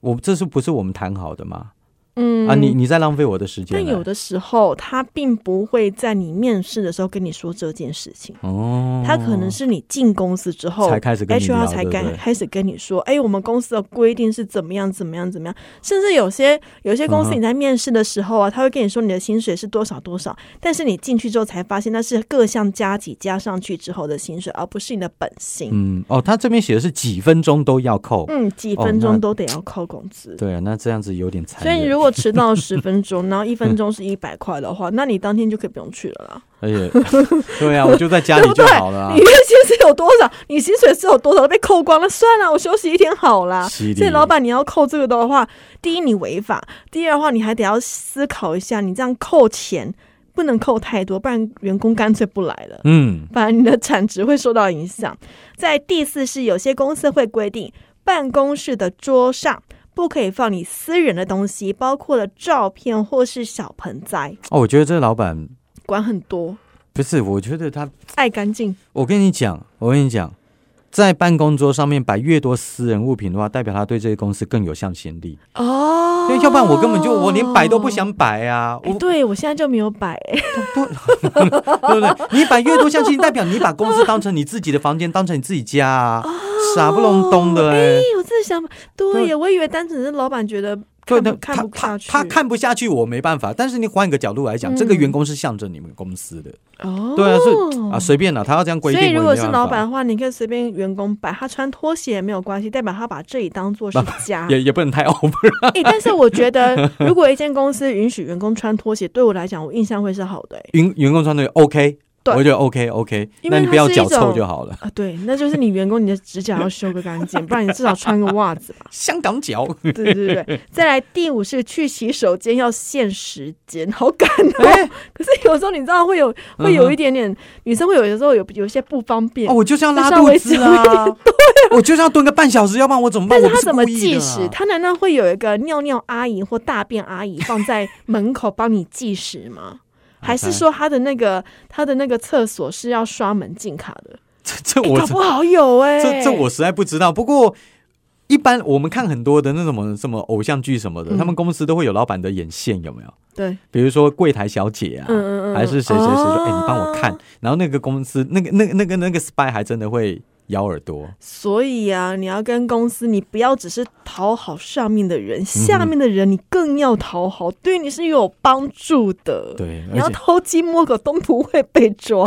Speaker 1: 我这是不是我们谈好的嘛？
Speaker 2: 嗯
Speaker 1: 啊，你你在浪费我的时间啊
Speaker 2: 但
Speaker 1: 了。
Speaker 2: 有的时候他并不会在你面试的时候跟你说这件事情，
Speaker 1: 哦，
Speaker 2: 他可能是你进公司之后
Speaker 1: 才开始跟你聊，
Speaker 2: HR 才
Speaker 1: 对不
Speaker 2: 开
Speaker 1: 对？
Speaker 2: 开始跟你说，哎、我们公司的规定是怎么样怎么样怎么样，甚至有些有些公
Speaker 1: 嗯
Speaker 2: 司
Speaker 1: 哼
Speaker 2: 你在面试的时候啊，他会跟你说你的薪水是多少多少，但是你进去之后才发现那是各项加几加上去之后的薪水，而不是你的本薪。
Speaker 1: 嗯，哦，他这边写的是几分钟都要扣。
Speaker 2: 嗯，几
Speaker 1: 哦
Speaker 2: 分
Speaker 1: 那
Speaker 2: 钟都得要扣工资。
Speaker 1: 对啊，那这样子有嗯点残
Speaker 2: 所以你
Speaker 1: 忍。
Speaker 2: 如果迟 到十分钟，然后一分钟是一百块的话，那你当天就可以不用去了啦。
Speaker 1: 而且， 对啊，我就在家里就好了、啊
Speaker 2: 你。月薪水有多少？你薪水是有多少都被扣光了？算了，我休息一天好啦。
Speaker 1: 犀利
Speaker 2: 所以老板你要扣这个的话，第一你违法，第二的话你还得要思考一下，你这样扣钱不能扣太多，不然员工干脆不来 了。
Speaker 1: 嗯，
Speaker 2: 反而你的产值会受到影响。在第四是，有些公司会规定办公室的桌上不可以放你私人的东西，包括了照片或是小盆栽，
Speaker 1: 哦，我觉得这个老板
Speaker 2: 管很多，
Speaker 1: 不是，我觉得他，
Speaker 2: 爱干净。
Speaker 1: 我跟你讲，我跟你讲，在办公桌上面摆越多私人物品的话，代表他对这个公司更有向心力。
Speaker 2: 哦
Speaker 1: 因为要不然我根本就我连摆都不想摆啊，
Speaker 2: 哎
Speaker 1: 我
Speaker 2: 对我现在就没有摆、哎
Speaker 1: 对不对？你摆越多向心力，代表你把公司当成你自己的房间，当成你自己家 啊，傻不隆咚的哎、
Speaker 2: 哎、我真的想法，对耶，我以为单纯是老板觉得
Speaker 1: 对
Speaker 2: 看
Speaker 1: 他
Speaker 2: 不看不下
Speaker 1: 他
Speaker 2: 去，
Speaker 1: 他看不下去，我没办法。但是你换一个角度来讲，
Speaker 2: 嗯
Speaker 1: 这个员工是象征你们公司的，
Speaker 2: 哦，
Speaker 1: 对啊，是 啊，随便啦，他要这样规定，
Speaker 2: 所以如
Speaker 1: 我
Speaker 2: 果
Speaker 1: 也
Speaker 2: 是
Speaker 1: 没办法
Speaker 2: 老板的话，你可以随便员工摆，他穿拖鞋也没有关系，代表他把这里当做是家。
Speaker 1: 也也不能太 over，
Speaker 2: 哎、但是我觉得，如果一间公司允许员工穿拖鞋，对我来讲，我印象会是好的、哎
Speaker 1: 员员工穿的 OK，
Speaker 2: 对
Speaker 1: 我觉得 OK OK，
Speaker 2: 因
Speaker 1: 那
Speaker 2: 为
Speaker 1: 你不要
Speaker 2: 它是一
Speaker 1: 脚
Speaker 2: 种
Speaker 1: 臭就好了，
Speaker 2: 啊，对，那就是你员工你的指甲要修个干净，不然你至少穿个袜子吧。
Speaker 1: 香港脚，
Speaker 2: 对对对 对，再来第五是去洗手间要限时间，好赶哦。
Speaker 1: 哎嗯
Speaker 2: 可是有时候你知道会有会有一点点，女生会有的时候有有一些不方便。
Speaker 1: 哦，我就是要拉
Speaker 2: 稍
Speaker 1: 肚
Speaker 2: 微
Speaker 1: 子
Speaker 2: 久一点
Speaker 1: 啊，我就是要蹲个半小时，要不然我怎么办？我
Speaker 2: 但是
Speaker 1: 不
Speaker 2: 他
Speaker 1: 是
Speaker 2: 怎么
Speaker 1: 故意
Speaker 2: 计
Speaker 1: 的
Speaker 2: 时？
Speaker 1: 啊
Speaker 2: 他难道会有一个尿尿阿姨或大便阿姨放在门口帮你计时吗？还是说他的那个他的那个厕所是要刷门禁卡的？
Speaker 1: 这
Speaker 2: 哎
Speaker 1: 我
Speaker 2: 搞不好有哎、
Speaker 1: 这这我实在不知道。不过一般我们看很多的那什么什么偶像剧什么的，
Speaker 2: 嗯
Speaker 1: 他们公司都会有老板的眼线，有没有？
Speaker 2: 对
Speaker 1: 比如说柜台小姐啊，
Speaker 2: 嗯嗯嗯
Speaker 1: 还是谁谁谁说，
Speaker 2: 哦
Speaker 1: 哎、你帮我看。然后那个公司，那个那个那个那个 spy 还真的会咬耳朵。
Speaker 2: 所以啊，你要跟公司，你不要只是讨好上面的人，下面的人你更要讨好，对你是有帮助的。
Speaker 1: 对，
Speaker 2: 你
Speaker 1: 而
Speaker 2: 要
Speaker 1: 且
Speaker 2: 偷鸡摸狗都不会被抓。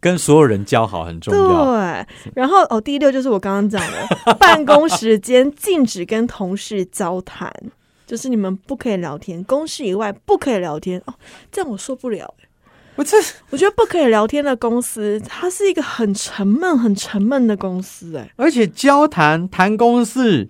Speaker 1: 跟所有人交好很重要。
Speaker 2: 对，然后哦，第六就是我刚刚讲 的，办公时间禁止跟同事交谈，就是你们不可以聊天，公事以外不可以聊天。哦，这样我受不了。
Speaker 1: 我这
Speaker 2: 我觉得不可以聊天的公司，它是一个很沉闷、很沉闷的公司、哎，
Speaker 1: 而且交谈谈公事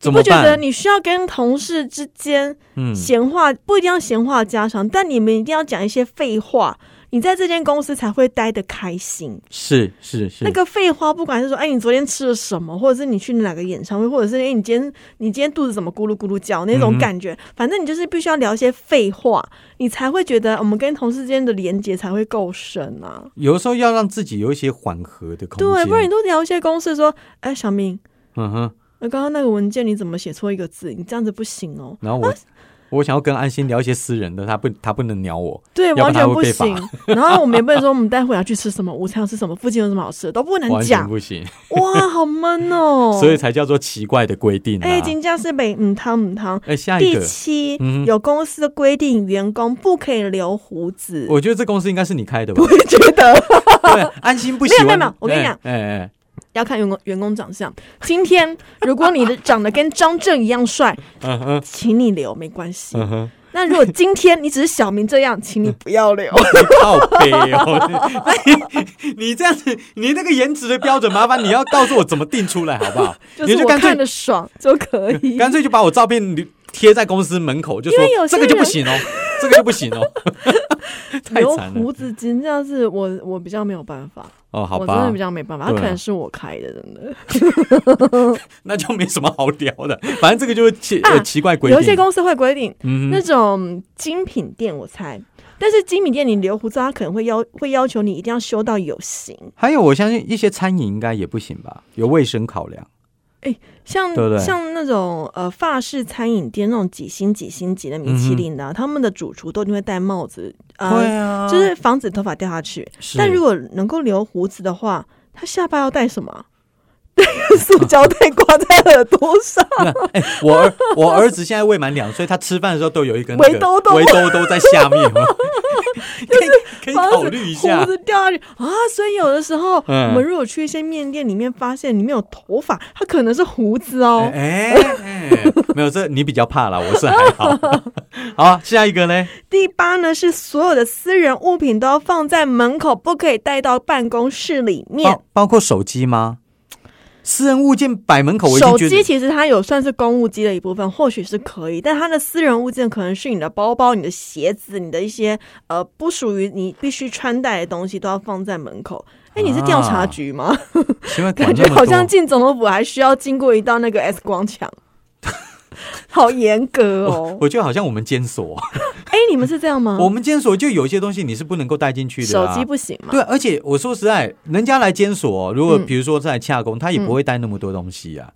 Speaker 1: 怎
Speaker 2: 你
Speaker 1: 么
Speaker 2: 不觉得
Speaker 1: 办？
Speaker 2: 你需要跟同事之间
Speaker 1: 嗯，
Speaker 2: 闲话不一定要闲话家常，但你们一定要讲一些废话，你在这间公司才会待得开心。
Speaker 1: 是是是，
Speaker 2: 那个废话，不管是说，哎，你昨天吃了什么，或者是你去哪个演唱会，或者是哎，你今天你今天肚子怎么咕噜咕噜叫那
Speaker 1: 嗯
Speaker 2: 种
Speaker 1: 哼
Speaker 2: 感觉，反正你就是必须要聊一些废话，你才会觉得哦我们跟同事之间的连接才会够深啊。
Speaker 1: 有的时候要让自己有一些缓和的空间。
Speaker 2: 对，不然你都聊一些公事，说，哎，小明，
Speaker 1: 嗯哼，
Speaker 2: 那刚刚那个文件你怎么写错一个字？你这样子不行哦。
Speaker 1: 然后我、我想要跟安心聊一些私人的，他不他不能鸟我。
Speaker 2: 对，
Speaker 1: 要不然
Speaker 2: 完
Speaker 1: 他
Speaker 2: 全
Speaker 1: 会
Speaker 2: 不
Speaker 1: 被
Speaker 2: 行。 然后我们也不能说我们待会要去吃什么，午餐要吃什么，附近有什么好吃的都不能
Speaker 1: 完全
Speaker 2: 讲。
Speaker 1: 不行，。
Speaker 2: 哇，好闷 哦
Speaker 1: 所以才叫做奇怪的规定、啊。
Speaker 2: 哎，金价是北嗯汤嗯汤。
Speaker 1: 哎下一
Speaker 2: 第
Speaker 1: 个，
Speaker 2: 七
Speaker 1: 嗯，
Speaker 2: 有公司规定员工不可以留胡子。
Speaker 1: 我觉得这公司应该是你开的吧？
Speaker 2: 我觉得
Speaker 1: 对，安心不喜欢。
Speaker 2: 没有没有没有我跟你讲
Speaker 1: 哎哎哎，
Speaker 2: 要看员工员工长相。今天如果你的长得跟张震一样帅，
Speaker 1: 嗯哼
Speaker 2: 请你留没关系。
Speaker 1: 嗯哼，
Speaker 2: 那如果今天你只是小明这样，请你不要留。
Speaker 1: 你靠背哦，你 你这样子，你那个颜值的标准，麻烦你要告诉我怎么定出来好不好？
Speaker 2: 就 是
Speaker 1: 你就
Speaker 2: 我
Speaker 1: 干脆
Speaker 2: 看的爽就可以。
Speaker 1: 干脆就把我照片留贴在公司门口，就
Speaker 2: 因为有
Speaker 1: 说
Speaker 2: 些
Speaker 1: 这个就不
Speaker 2: 人
Speaker 1: 行哦，这个就不行哦， 太
Speaker 2: 留
Speaker 1: 惨了
Speaker 2: 胡子巾这样是我我比较没有办法，
Speaker 1: 哦，好
Speaker 2: 我真的
Speaker 1: 吧
Speaker 2: 比，较没办法，它
Speaker 1: 对啊
Speaker 2: 可能是我开的，真的。
Speaker 1: 那就没什么好聊的，反正这个就是奇、呃
Speaker 2: 啊
Speaker 1: 奇怪规定，
Speaker 2: 有一些公司会规定
Speaker 1: 嗯
Speaker 2: 那
Speaker 1: 哼，
Speaker 2: 种精品店，我猜。但是精品店你留胡子，它可能会要会要求你一定要修到有型，
Speaker 1: 还有我相信一些餐饮应该也不行吧，有卫生考量，
Speaker 2: 像
Speaker 1: 对不对
Speaker 2: 像那种呃法式餐饮店那种几星几星级的米
Speaker 1: 嗯
Speaker 2: 其林的啊、他们的主厨都一定会戴帽子，呃，
Speaker 1: 啊
Speaker 2: 就是防止头发掉下去。
Speaker 1: 是
Speaker 2: 但如果能够留胡子的话，他下巴要戴什么啊？ 塑胶带挂在耳朵上，
Speaker 1: 哎、我 儿我儿子现在未满两岁，他吃饭的时候都有一根
Speaker 2: 围兜兜
Speaker 1: 围兜兜在下 面，可以可以考虑一
Speaker 2: 防
Speaker 1: 下
Speaker 2: 止胡。子掉下去啊！所以有的时候，
Speaker 1: 嗯
Speaker 2: 我们如果去一些面店里面，发现里面有头发，它可能是胡子哦。
Speaker 1: 哎、哎没有，这你比较怕啦，我是还好。好，下一个呢？
Speaker 2: 第八呢是所有的私人物品都要放在门口，不可以带到办公室里面。
Speaker 1: 包包括手机吗？私人物件摆门口，我已经
Speaker 2: 手
Speaker 1: 觉
Speaker 2: 机
Speaker 1: 得
Speaker 2: 其实它有算是公务机的一部分，或许是可以，但它的私人物件可能是你的包包、你的鞋子、你的一些呃不属于你必须穿戴的东西都要放在门口。哎，
Speaker 1: 啊
Speaker 2: 你是调查局吗？
Speaker 1: 奇怪，管
Speaker 2: 感
Speaker 1: 这
Speaker 2: 觉
Speaker 1: 么
Speaker 2: 好像
Speaker 1: 多。
Speaker 2: 进总统府还需要经过一道那个 X 光 墙，好严格
Speaker 1: 我
Speaker 2: 哦。
Speaker 1: 我觉得好像我们监所，
Speaker 2: 哎，你们是这样吗？
Speaker 1: 我们监所就有一些东西你是不能够带进去的、
Speaker 2: 手
Speaker 1: 啊。
Speaker 2: 机不行吗？
Speaker 1: 对，而且我说实在，人家来监所，如果
Speaker 2: 嗯
Speaker 1: 比如说在洽公，他也不会带那么多东西啊。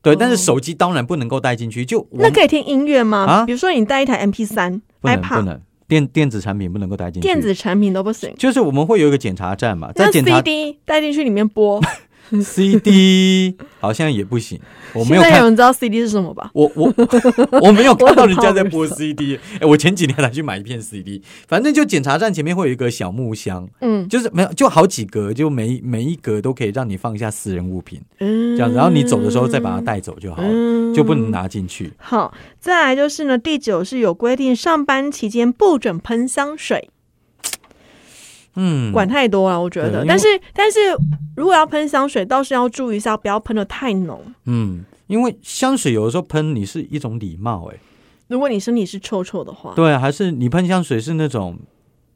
Speaker 1: 对，但是手机当然不能够带进去，就我
Speaker 2: 嗯那
Speaker 1: 们
Speaker 2: 可以听音乐吗？
Speaker 1: 啊
Speaker 2: 比如说你带一台 MP 三、
Speaker 1: 不能不
Speaker 2: iPad、
Speaker 1: 能电电子产品不能够带进去。
Speaker 2: 电子产品都不行。
Speaker 1: 就是我们会有一个检查站嘛，在
Speaker 2: 那
Speaker 1: 检查
Speaker 2: CD 带进去里面播，
Speaker 1: CD 好像也不行，我没
Speaker 2: 现
Speaker 1: 有
Speaker 2: 在有
Speaker 1: 看。
Speaker 2: 人知道 CD 是什么吧？
Speaker 1: 我 我我没有看到人家在播 CD，哎、我前几年才去买一片 CD，反正就检查站前面会有一个小木箱，
Speaker 2: 嗯
Speaker 1: 就是没有就好几格，就每每一格都可以让你放下私人物品，
Speaker 2: 嗯，
Speaker 1: 这样子，然后你走的时候再把它带走就好了。
Speaker 2: 嗯
Speaker 1: 就不能。拿进去。
Speaker 2: 好，再来就是呢，第九是有规定，上班期间不准喷香水，
Speaker 1: 嗯，
Speaker 2: 管太多了，我觉
Speaker 1: 对因
Speaker 2: 得
Speaker 1: 为。
Speaker 2: 但是，但是如果要喷香水，倒是要注意一下，不要喷的太浓。
Speaker 1: 嗯，因为香水有的时候喷你是一种礼貌、欸，
Speaker 2: 如果你身体是臭臭的话，
Speaker 1: 对啊，还是你喷香水是那种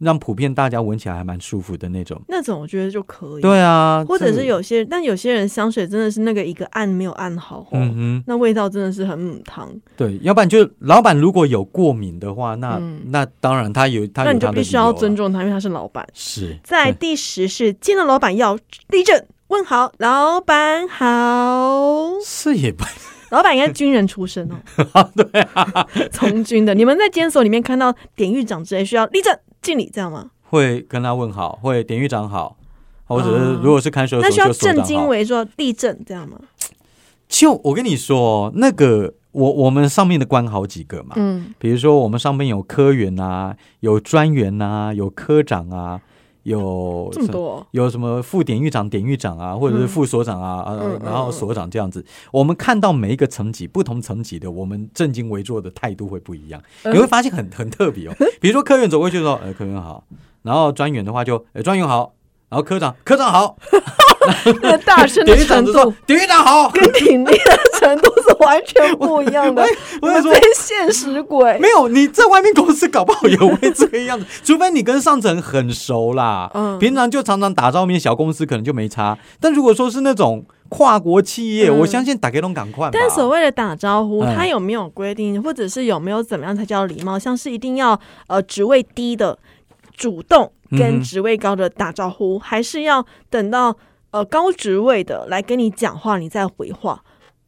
Speaker 1: 让普遍大家闻起来还蛮舒服的那种。
Speaker 2: 那种我觉得就可以。，
Speaker 1: 对啊，
Speaker 2: 或者
Speaker 1: 这
Speaker 2: 是有些，但有些人香水真的是那个一个按没有按好、哦，
Speaker 1: 嗯哼，
Speaker 2: 那味道真的是很母汤，
Speaker 1: 对，要不然就是老板如果有过敏的话，那、
Speaker 2: 嗯
Speaker 1: 那当然他有他有
Speaker 2: 那你就
Speaker 1: 他的
Speaker 2: 必须要
Speaker 1: 理由啊
Speaker 2: 尊。重他，因为他是老板。
Speaker 1: 是，
Speaker 2: 在
Speaker 1: 对
Speaker 2: 第十是见到老板要立正问好，老板好。
Speaker 1: 是也不
Speaker 2: 老板应该是军人出身哦， 对啊，从军的。你们在监所里面看到典狱长之类需要立正敬礼这样吗？
Speaker 1: 会跟他问好，会典狱长好，或者是如果是看守所
Speaker 2: 哦那需要
Speaker 1: 就所
Speaker 2: 正
Speaker 1: 长
Speaker 2: 襟
Speaker 1: 好。
Speaker 2: 危坐，立正这样吗？
Speaker 1: 就我跟你说，那个我我们上面的官好几个嘛，
Speaker 2: 嗯，
Speaker 1: 比如说我们上面有科员啊，有专员啊，有科长啊，有
Speaker 2: 这么
Speaker 1: 什
Speaker 2: 多哦、
Speaker 1: 有什么副典狱长、典狱长啊，或者是副所长啊，
Speaker 2: 嗯
Speaker 1: 呃
Speaker 2: 嗯，
Speaker 1: 然后所长这样子。我们看到每一个层级、不同层级的，我们正襟危坐的态度会不一样，
Speaker 2: 嗯
Speaker 1: 你会发现很很特 别哦。比如说科员走过去说：“呃，科员好。”然后专员的话就：“呃，专员好。”然后科长，科长好，
Speaker 2: 那大声的
Speaker 1: 典狱长
Speaker 2: 程
Speaker 1: 就说
Speaker 2: 度
Speaker 1: 典狱长 好。
Speaker 2: 跟挺立的程度是完全不一样的。
Speaker 1: 我
Speaker 2: 们
Speaker 1: 就说
Speaker 2: 这些现实鬼
Speaker 1: 没，有，你在外面公司搞不好也会这个样子，除非你跟上层很熟啦，
Speaker 2: 嗯
Speaker 1: 平常就常常打照面，小公司可能就没差。但如果说是那种跨国企业，
Speaker 2: 嗯
Speaker 1: 我相信打给龙赶快吧。
Speaker 2: 但所谓的打招呼，
Speaker 1: 嗯
Speaker 2: 它有没有规定，或者是有没有怎么样才叫礼貌？像是一定要呃职位低的主动
Speaker 1: 嗯
Speaker 2: 跟
Speaker 1: 哼
Speaker 2: 职位高的打招呼，还是要等到呃高职位的来跟你讲话，你再回话？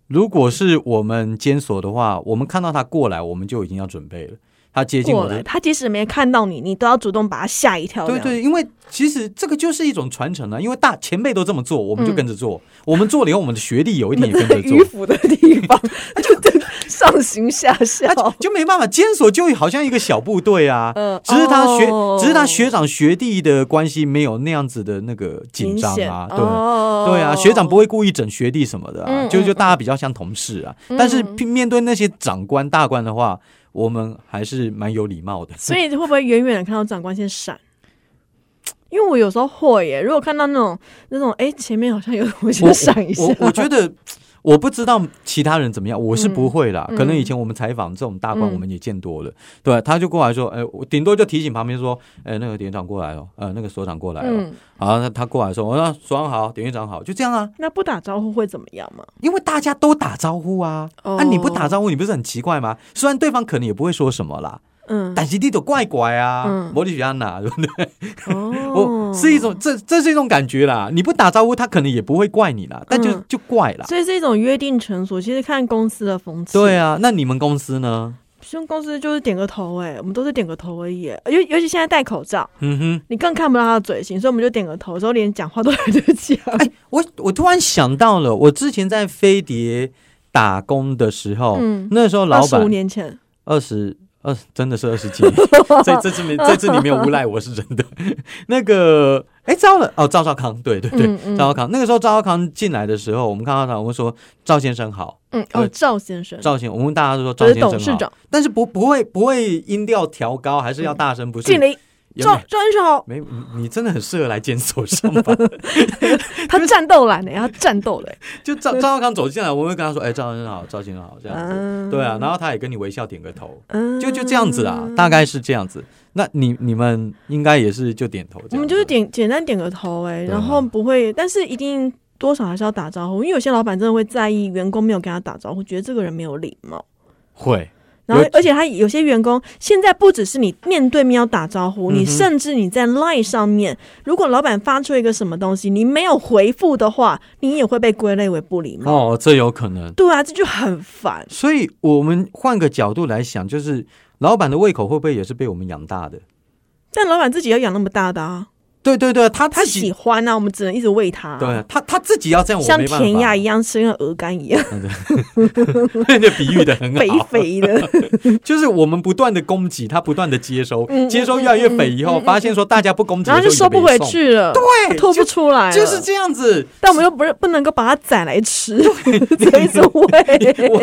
Speaker 1: 如果是我们监所的话，我们看到他过来，我们就已经要准备了。他接近
Speaker 2: 过
Speaker 1: 我
Speaker 2: 来，
Speaker 1: 的，
Speaker 2: 他即使没看到你，你都要主动把他吓一跳。
Speaker 1: 对，对，因为其实这个就是一种传承啊，因为大前辈都这么
Speaker 2: 嗯
Speaker 1: 做，我们就跟着做。我们做了以后，我们的学弟有一天也 跟着做
Speaker 2: 迂。腐的地方，就上行下效。
Speaker 1: 啊就就没办法，监所就好像一个小部队啊，
Speaker 2: 嗯
Speaker 1: 只是他学，
Speaker 2: 哦
Speaker 1: 只是他学长学弟的关系没有那样子的那个紧张啊，对。对啊，学长不
Speaker 2: 会
Speaker 1: 会故意整学弟什么的、啊，
Speaker 2: 哦嗯
Speaker 1: 就就
Speaker 2: 嗯
Speaker 1: 大家比较像同事啊。但是
Speaker 2: 嗯
Speaker 1: 面对那些长官大官的话，我们还是蛮有礼貌的。
Speaker 2: 哦所以会不会远远的看到长官先闪？因为我有时候会耶，如果看到那种那种，哎、前面好像有东西，
Speaker 1: 我
Speaker 2: 闪一下。
Speaker 1: 我我我 觉得。我不知道其他人怎么样，我是不会啦。
Speaker 2: 嗯
Speaker 1: 可能以前我们采访这种大官，
Speaker 2: 嗯
Speaker 1: 我们也见多了，对，他就过来说，哎、我顶多就提醒旁边说，哎、那个典狱长过来了，呃，那个所长过来了，
Speaker 2: 嗯，
Speaker 1: 好，那他过来说，我说所长好，典狱长好，就这样啊，
Speaker 2: 那不打招呼会怎么样吗？
Speaker 1: 因为大家都打招呼啊，
Speaker 2: 哦
Speaker 1: 啊，你不打招呼，你不是很奇怪吗？虽然对方可能也不会说什么啦，
Speaker 2: 嗯，
Speaker 1: 但是你都怪怪啊
Speaker 2: 嗯，
Speaker 1: 莫里安娜，对不对？
Speaker 2: 哦
Speaker 1: 我是一，种这这是一种感觉啦，你不打招呼，他可能也不会怪你啦，但就、
Speaker 2: 嗯
Speaker 1: 就怪啦。
Speaker 2: 所以是一种约定成熟，其实看公司的风气。
Speaker 1: 对
Speaker 2: 啊，
Speaker 1: 啊，那你们公司呢？
Speaker 2: 像公司就是点个头，哎，我们都是点个头而已耶，欸尤尤其现在戴口罩，
Speaker 1: 嗯哼，
Speaker 2: 你更看不到他的嘴型，所以我们就点个头，有时候连讲话都来得及啊。
Speaker 1: 哎，我我突然想到了，我之前在飞碟打工的时候，
Speaker 2: 嗯
Speaker 1: 那时候
Speaker 2: 二
Speaker 1: 老
Speaker 2: 十
Speaker 1: 板
Speaker 2: 五年前，
Speaker 1: 二十二真的是二十几， 这这次 没这次你没有诬赖我是真的。 那个哎，赵了哦，赵少康，对对对，
Speaker 2: 嗯嗯
Speaker 1: 赵少康。那个时候赵少康进来的时候，我们看到他，我们说赵先生好，
Speaker 2: 嗯，哦，
Speaker 1: 呃
Speaker 2: 赵先生，
Speaker 1: 赵先，我们大家都说赵
Speaker 2: 就是
Speaker 1: 先生好，
Speaker 2: 董事长，
Speaker 1: 但是不不会不会音调调高，还是要大声，不是
Speaker 2: 敬？礼，
Speaker 1: 有
Speaker 2: 嗯赵
Speaker 1: 没
Speaker 2: 赵先生好，
Speaker 1: 没，你你真的很适合来监所上 班。
Speaker 2: 他战斗蓝的、欸他战斗的、
Speaker 1: 就赵赵少康走进来，我们会跟他说：“哎，赵先生好，赵先生好。”这样子，
Speaker 2: 嗯
Speaker 1: 对啊，然后他也跟你微笑点个头，
Speaker 2: 嗯
Speaker 1: 就就这样子啊，大概是这样子。那你你们应该也是就点头这样子，
Speaker 2: 我们就是点简单点个头、哎，
Speaker 1: 对啊
Speaker 2: 然后不会，但是一定多少还是要打招呼，因为有些老板真的会在意员工没有跟他打招呼，觉得这个人没有礼貌。
Speaker 1: 会，
Speaker 2: 然后
Speaker 1: 尤，
Speaker 2: 而且他有些员工现在不只是你面对面要打招呼，
Speaker 1: 嗯哼
Speaker 2: 你甚至你在 LINE 上面，如果老板发出一个什么东西，你没有回复的话，你也会被归类为不礼貌。
Speaker 1: 哦，这有可能。
Speaker 2: 对啊，这就很烦。
Speaker 1: 所以我们换个角度来想，就是老板的胃口会不会也是被我们养大的？
Speaker 2: 但老板自己要养那么大的啊，
Speaker 1: 对对对，他
Speaker 2: 他
Speaker 1: 自
Speaker 2: 喜
Speaker 1: 己，
Speaker 2: 欢啊，我们只能一直喂他啊、
Speaker 1: 对他他自己要这样，我
Speaker 2: 像
Speaker 1: 没办法。
Speaker 2: 田鸭一样吃，像鹅肝一 样
Speaker 1: 那比喻 的很
Speaker 2: 肥
Speaker 1: 好，
Speaker 2: 肥的。
Speaker 1: 就是我们不断的供给，他不断的接收
Speaker 2: 嗯，
Speaker 1: 接收越来越肥以后，发现说大家不供给
Speaker 2: 然
Speaker 1: 的
Speaker 2: 后
Speaker 1: 时候，
Speaker 2: 就收不回去
Speaker 1: 也
Speaker 2: 了，
Speaker 1: 被送，对，
Speaker 2: 吐不出来了
Speaker 1: 就就是这样子，
Speaker 2: 但我们又不是不能够把它宰来吃， 只能一直喂，
Speaker 1: 我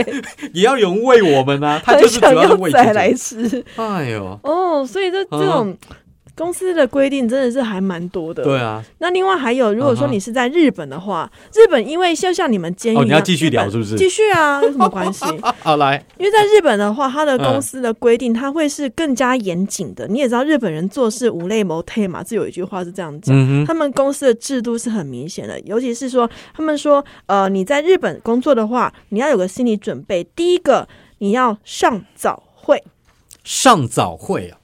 Speaker 1: 也要有人喂我们啊， 他就
Speaker 2: 很
Speaker 1: 是主
Speaker 2: 想
Speaker 1: 要是
Speaker 2: 要
Speaker 1: 喂自
Speaker 2: 宰来
Speaker 1: 己。
Speaker 2: 吃。
Speaker 1: 哎呦，
Speaker 2: 哦，所以这
Speaker 1: 嗯
Speaker 2: 这种公司的规定真的是还蛮多的。
Speaker 1: 对。啊，
Speaker 2: 那另外还有，如果说
Speaker 1: 嗯哼
Speaker 2: 你是在日本的话，日本因为就像你们监狱
Speaker 1: 哦，
Speaker 2: 一样，
Speaker 1: 你要继续
Speaker 2: 日本
Speaker 1: 聊是不是？
Speaker 2: 继续啊，有什么 关系？
Speaker 1: 啊，好来，
Speaker 2: 因为在日本的话，它的公司的规定它会是更加严谨的。你也知道，日本人做事无类谋退嘛，这有一句话是这样讲。
Speaker 1: 嗯哼，
Speaker 2: 他们公司的制度是很明显的，尤其是说，他们说，呃，你在日本工作的话，你要有个心理准备。第一个，你要上早会，
Speaker 1: 上早会啊，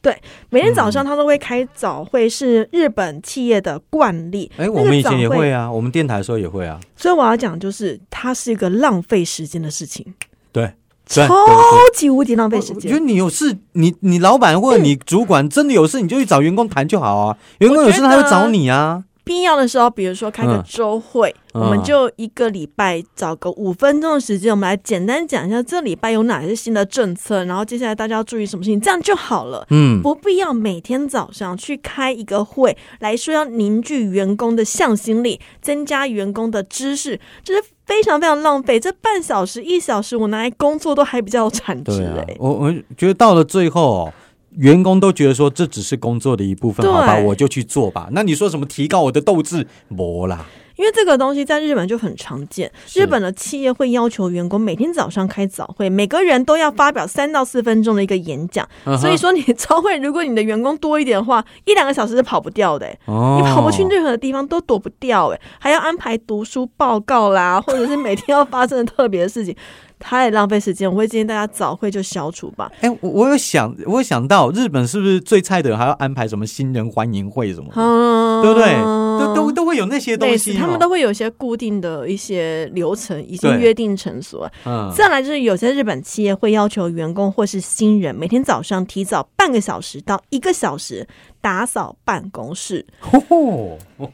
Speaker 2: 每天早上他都会开早会，是日本企业的惯例。
Speaker 1: 哎，我们以前也
Speaker 2: 那个早
Speaker 1: 会
Speaker 2: 会，
Speaker 1: 啊，我们电台的时候也会啊，
Speaker 2: 所以我要讲就是，它是一个浪费时间的事情，
Speaker 1: 对，
Speaker 2: 超
Speaker 1: 啊对对对
Speaker 2: 级无敌浪费
Speaker 1: 我
Speaker 2: 时
Speaker 1: 我觉得
Speaker 2: 间。嗯
Speaker 1: 你有事，你你老板或者你主管真的有事，你就去找员工谈就好啊。员工有事
Speaker 2: 我觉
Speaker 1: 他
Speaker 2: 得
Speaker 1: 会找你啊。
Speaker 2: 必要的时候，比如说开个
Speaker 1: 嗯
Speaker 2: 周会，
Speaker 1: 嗯
Speaker 2: 我们就一个礼拜找个五分钟的时间，我们来简单讲一下这礼拜有哪些新的政策，然后接下来大家要注意什么事情，这样就好了。
Speaker 1: 嗯，
Speaker 2: 不必要每天早上去开一个会来说要凝聚员工的向心力，增加员工的知识，这是非常非常浪费。这半小时一小时我拿来工作都还比较有产值
Speaker 1: 对
Speaker 2: 哎、
Speaker 1: 啊，我我觉得到了最后、哦。员工都觉得说这只是工作的一部分，
Speaker 2: 对
Speaker 1: 好吧，我就去做吧。那你说什么提高我的斗志？没啦，
Speaker 2: 因为这个东西在日本就很常见，
Speaker 1: 是
Speaker 2: 日本的企业会要求员工每天早上开早会，每个人都要发表三到四分钟的一个演讲。
Speaker 1: 嗯哼
Speaker 2: 所以说，你超会，如果你的员工多一点的话，一两个小时是跑不掉的、欸
Speaker 1: 哦
Speaker 2: 你跑不去任何地方都躲不掉、欸，还要安排读书报告啦，或者是每天要发生的特别的事情，太浪费时间。我会建议大家早会就消除吧。
Speaker 1: 哎、我我有想，我有想到日本是不是最菜的还要安排什么新人欢迎会什么的，
Speaker 2: 嗯，
Speaker 1: 对不对？都都都会有那些东
Speaker 2: 类似，
Speaker 1: 西哦、
Speaker 2: 他们都会有一些固定的一些流程，已经
Speaker 1: 对
Speaker 2: 约定成熟了。
Speaker 1: 嗯
Speaker 2: 再来就是有些日本企业会要求员工或是新人每天早上提早半个小时到一个小时打扫办公室。
Speaker 1: 吼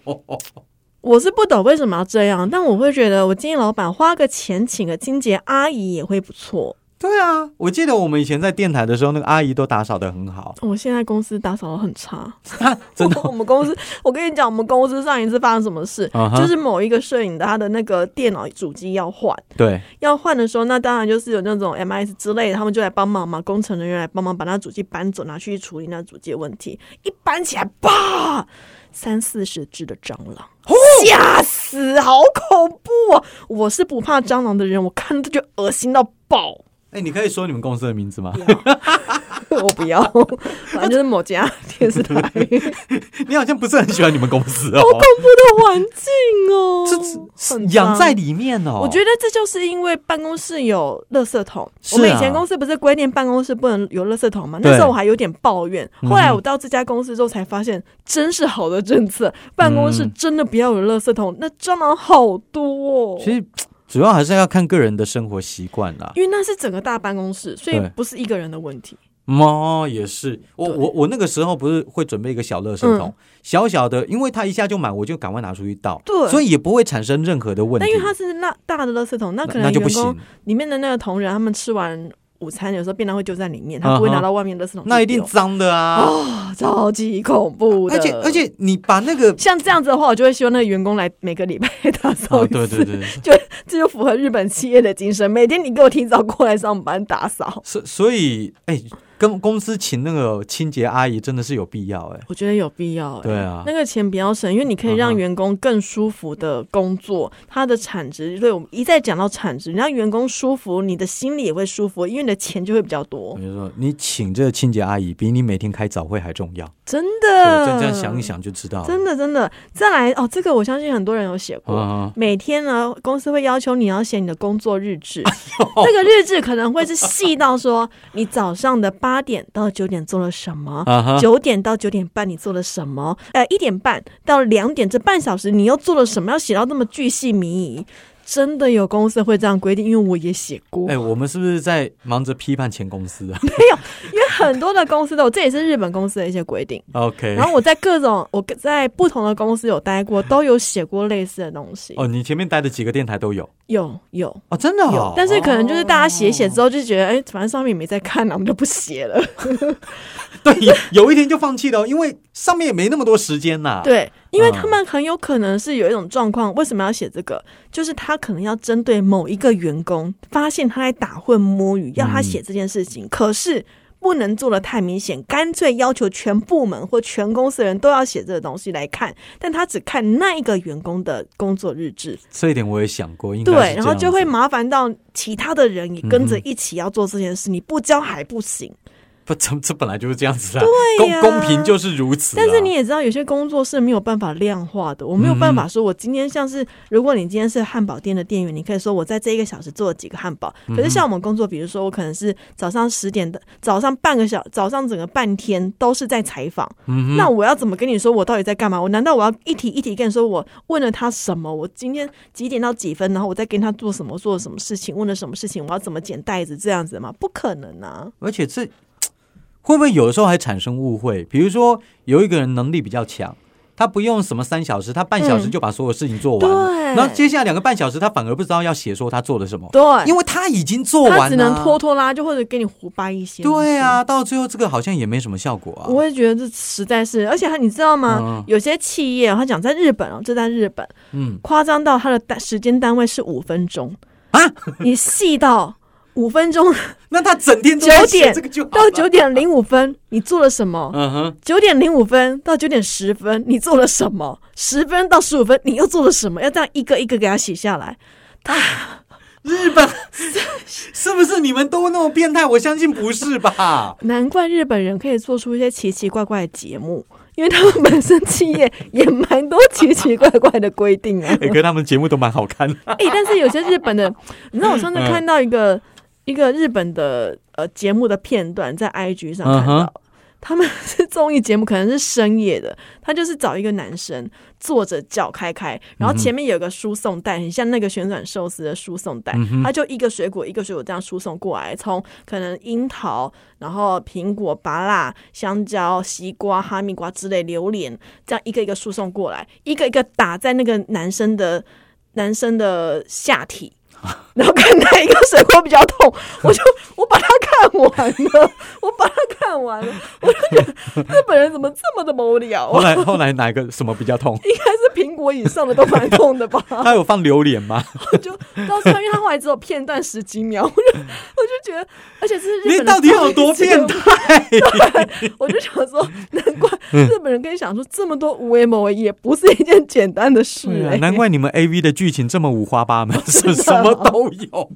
Speaker 1: 吼
Speaker 2: 我是不懂为什么要这样，但我会觉得我建议老板花个钱请个清洁阿姨也会不错。
Speaker 1: 对啊，我记得我们以前在电台的时候，那个阿姨都打扫的很好，
Speaker 2: 我现在公司打扫的很差，
Speaker 1: 真的
Speaker 2: 我们公司，我跟你讲，我们公司上一次发生什么事
Speaker 1: 啊哈
Speaker 2: 就是某一个摄影的他的那个电脑主机要换。
Speaker 1: 对，
Speaker 2: 要换的时候，那当然就是有那种 MS 之类的，他们就来帮忙嘛，工程人员来帮忙把那主机搬走，拿去处理那主机的问题。一搬起来，叭，三四十只的蟑螂，吓死，好恐怖哦！我是不怕蟑螂的人，我看着就觉得恶心到爆。
Speaker 1: 哎、你可以说你们公司的名字吗
Speaker 2: 不？要我不 要，反正就是某家电视 台，好恐
Speaker 1: 你好像不是很喜欢你们公司哦，
Speaker 2: 怖的环境哦，
Speaker 1: 这
Speaker 2: 很
Speaker 1: 养
Speaker 2: 脏
Speaker 1: 在里面哦。
Speaker 2: 我觉得这就是因为办公室有垃圾桶。
Speaker 1: 是啊
Speaker 2: 我们以前公司不是规定办公室不能有垃圾桶吗？
Speaker 1: 对
Speaker 2: 那时候我还有点抱怨。
Speaker 1: 嗯
Speaker 2: 后来我到这家公司之后才发现，真是好的政策，办公
Speaker 1: 嗯
Speaker 2: 室真的不要有垃圾桶。那蟑螂好多、哦，
Speaker 1: 其实主要还是要看个人的生活习惯啦。
Speaker 2: 因为那是整个大办公室，所以
Speaker 1: 对
Speaker 2: 不是一个人的问题。
Speaker 1: 猫也是，我
Speaker 2: 对嗯
Speaker 1: 我我那个时候不是会准备一个小垃圾桶，小小的，因为它一下就满，我就赶快拿出去倒，
Speaker 2: 对
Speaker 1: 所以也不会产生任何的问题。
Speaker 2: 但因为它是那大的垃圾桶，那可
Speaker 1: 那
Speaker 2: 能
Speaker 1: 就不
Speaker 2: 员工
Speaker 1: 行，
Speaker 2: 里面的那个同仁他们吃完午餐，有时候便当会丢在里面，他不会
Speaker 1: 嗯哼
Speaker 2: 拿到外面的垃圾桶去丢。
Speaker 1: 那一定脏的啊！
Speaker 2: 啊超级恐怖的，
Speaker 1: 而且而且你把那 个
Speaker 2: 像这样子的话，我就会希望那个员工来每个礼拜打扫
Speaker 1: 啊，
Speaker 2: 一次，
Speaker 1: 对对对，
Speaker 2: 这就符合日本企业的精神。每天你给我提早过来上班打扫，
Speaker 1: 所所以哎、跟公司请那个清洁阿姨真的是有必要哎、
Speaker 2: 我觉得有必要、欸。
Speaker 1: 对啊
Speaker 2: 那个钱不要省，因为你可以让员工更舒服的工作，他的产值。对我们一再讲到产值，你让员工舒服，你的心里也会舒服，因为你的钱就会比较
Speaker 1: 我
Speaker 2: 多。
Speaker 1: 跟你说，你请这个清洁阿姨比你每天开早会还重要。
Speaker 2: 真
Speaker 1: 对，
Speaker 2: 的，
Speaker 1: 这样想一，想就知道了。
Speaker 2: 嗯真的真的。再来哦，这个我相信很多人有写过，
Speaker 1: 啊，
Speaker 2: 每天呢，公司会要求你要写你的工作日 志，
Speaker 1: 哎
Speaker 2: 这个日志可能会是细到说你早上的八点到九点做了什么，
Speaker 1: 啊哈，
Speaker 2: 九点到九点半你做了什么，呃，一点半到两点这半小时你又做了什么，要写到这么巨细靡遗。真的有公司会这样规定，因为我也写过。
Speaker 1: 哎、我们是不是在忙着批判前公司 啊
Speaker 2: 因为很多的公司都有，这也是日本公司的一些规定。
Speaker 1: ？OK，
Speaker 2: 然后我在各种我在不同的公司有待过，都有写过类似的东西。
Speaker 1: 哦，你前面待的几个电台都有
Speaker 2: 有有，
Speaker 1: 哦，真的哦
Speaker 2: 有，，但是可能就是大家写一写之后就觉得，哎、反正上面也没在看啊了，我们就不写 了。
Speaker 1: 对，有一天就放弃了哦，因为上面也没那么多时间呐、，
Speaker 2: 对，因为
Speaker 1: 嗯
Speaker 2: 他们很有可能是有一种状况，为什么要写这个？就是他可能要针对某一个员工，发现他在打混摸鱼，要他写这件事情，可是。不能做的太明显，干脆要求全部门或全公司的人都要写这个东西来看，但他只看那一个员工的工作日志，
Speaker 1: 这一点我也想过，应该
Speaker 2: 对，
Speaker 1: 嗯是这样子
Speaker 2: 然后就会麻烦到其他的人也跟着一起要做这件事，你不教还不行。
Speaker 1: 不，这这本来就是这样子啊，
Speaker 2: 对呀
Speaker 1: 公公平就是如此、啊。
Speaker 2: 但是你也知道，有些工作是没有办法量化的。我没有办
Speaker 1: 嗯
Speaker 2: 法说，我今天像是，如果你今天是汉堡店的店员，你可以说我在这一个小时做了几个汉堡。
Speaker 1: 嗯
Speaker 2: 可是像我们工作，比如说我可能是早上十点的，早上半个小，早上整个半天都是在采访。
Speaker 1: 嗯
Speaker 2: 那我要怎么跟你说我到底在干嘛？我难道我要一题一题跟你说我问了他什么？我今天几点到几分？然后我在跟他做什么做了什么事情？问了什么事情？我要怎么捡袋子这样子吗？不可能啊！
Speaker 1: 而且这会不会有的时候还产生误会？比如说有一个人能力比较强，他不用什么三小时，他半小时就把所有事情做完了。
Speaker 2: 嗯对，
Speaker 1: 然后接下来两个半小时，他反而不知道要写说他做了什么，
Speaker 2: 对，
Speaker 1: 因为他已经做完了，啊
Speaker 2: 他只能拖拖拉，就或者给你胡掰一些。
Speaker 1: 对，啊，到最后这个好像也没什么效果啊。
Speaker 2: 我也觉得这实在是，而且他你知道吗？
Speaker 1: 嗯
Speaker 2: 有些企业他讲在日本哦，这在日本
Speaker 1: 嗯，
Speaker 2: 夸张到他的单时间单位是五分钟
Speaker 1: 啊，
Speaker 2: 你细到五 分钟
Speaker 1: 那他整天都在
Speaker 2: 九点
Speaker 1: 写这个就好
Speaker 2: 到
Speaker 1: 了
Speaker 2: 九点零五分你做了什么？
Speaker 1: 嗯哼，
Speaker 2: 九点零五分到九点十分，你做了什么？十分到十五分，你又做了什么？要这样一个一个给他写下来。
Speaker 1: 日本是不是你们都那么变态？我相信不是吧？
Speaker 2: 难怪日本人可以做出一些奇奇怪怪的节目，因为他们本身企业也蛮多奇奇怪怪的规定啊。
Speaker 1: 哎、哥，他们节目都蛮好看的。
Speaker 2: 哎、但是有些日本的，你知道我上次
Speaker 1: 嗯
Speaker 2: 看到一个、一个日本的呃节目的片段，在 IG 上看
Speaker 1: 嗯
Speaker 2: 到
Speaker 1: 哼
Speaker 2: 他们是综艺节目，可能是深夜的，他就是找一个男生坐着脚开开，然
Speaker 1: 嗯
Speaker 2: 后前面有个输送带，很像那个旋转寿司的输送带，
Speaker 1: 嗯
Speaker 2: 他就一个水果一个水果这样输送过来，从可能樱桃，然后苹果、芭辣、香蕉、西瓜、哈密瓜之类，榴莲这样一个一个输送过来，一个一个打在那个男生的男生的下体。 然后看哪一个水果比较痛，我就我把它看完了，我把它看完了，我就觉得日本人怎么这么的无聊
Speaker 1: 后
Speaker 2: 啊？
Speaker 1: 来后来哪个什么比较 痛？
Speaker 2: 应该是苹果以上的都蛮痛的吧？
Speaker 1: 他有放榴莲吗？
Speaker 2: 我就到最后，因为他后来只有片段十几秒，我就我就觉得，而且是日本
Speaker 1: 你
Speaker 2: 人
Speaker 1: 到底有多变态？
Speaker 2: 我就想说，难怪
Speaker 1: 嗯
Speaker 2: 日本人跟你想说这么多无为某为也不是一件简单的事、
Speaker 1: 对啊，
Speaker 2: 哎
Speaker 1: 难怪你们 A V 的剧情这么五花 八门，什什么都有，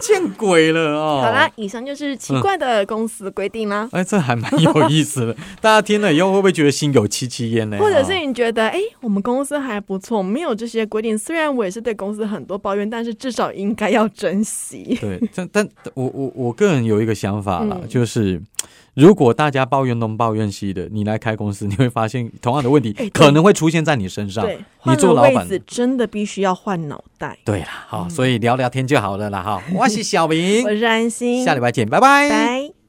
Speaker 1: 见鬼了哦！
Speaker 2: 哦好啦，以上就是奇怪的公司规定啦。
Speaker 1: 哎，这还蛮有意思的。大家听了以后会不会觉得心有戚戚焉呢？
Speaker 2: 或者
Speaker 1: 哦
Speaker 2: 是你觉得，哎、我们公司还不错，没有这些规定。虽然我也是对公司很多抱怨，但是至少应该要珍惜。
Speaker 1: 对，但但我我我个人有一个想法啦，
Speaker 2: 嗯
Speaker 1: 就是如果大家抱怨东抱怨西的，你来开公司，你会发现同样的问题
Speaker 2: 哎对
Speaker 1: 可能会出现在你身上。
Speaker 2: 对，
Speaker 1: 啊你
Speaker 2: 换
Speaker 1: 做
Speaker 2: 了
Speaker 1: 老板
Speaker 2: 位，置真的必须要换脑袋。
Speaker 1: 对啦，好、所以聊聊天就好了啦哈。我是小明
Speaker 2: 我，是安心，
Speaker 1: 下礼
Speaker 2: 拜
Speaker 1: 拜见，拜拜。
Speaker 2: 拜。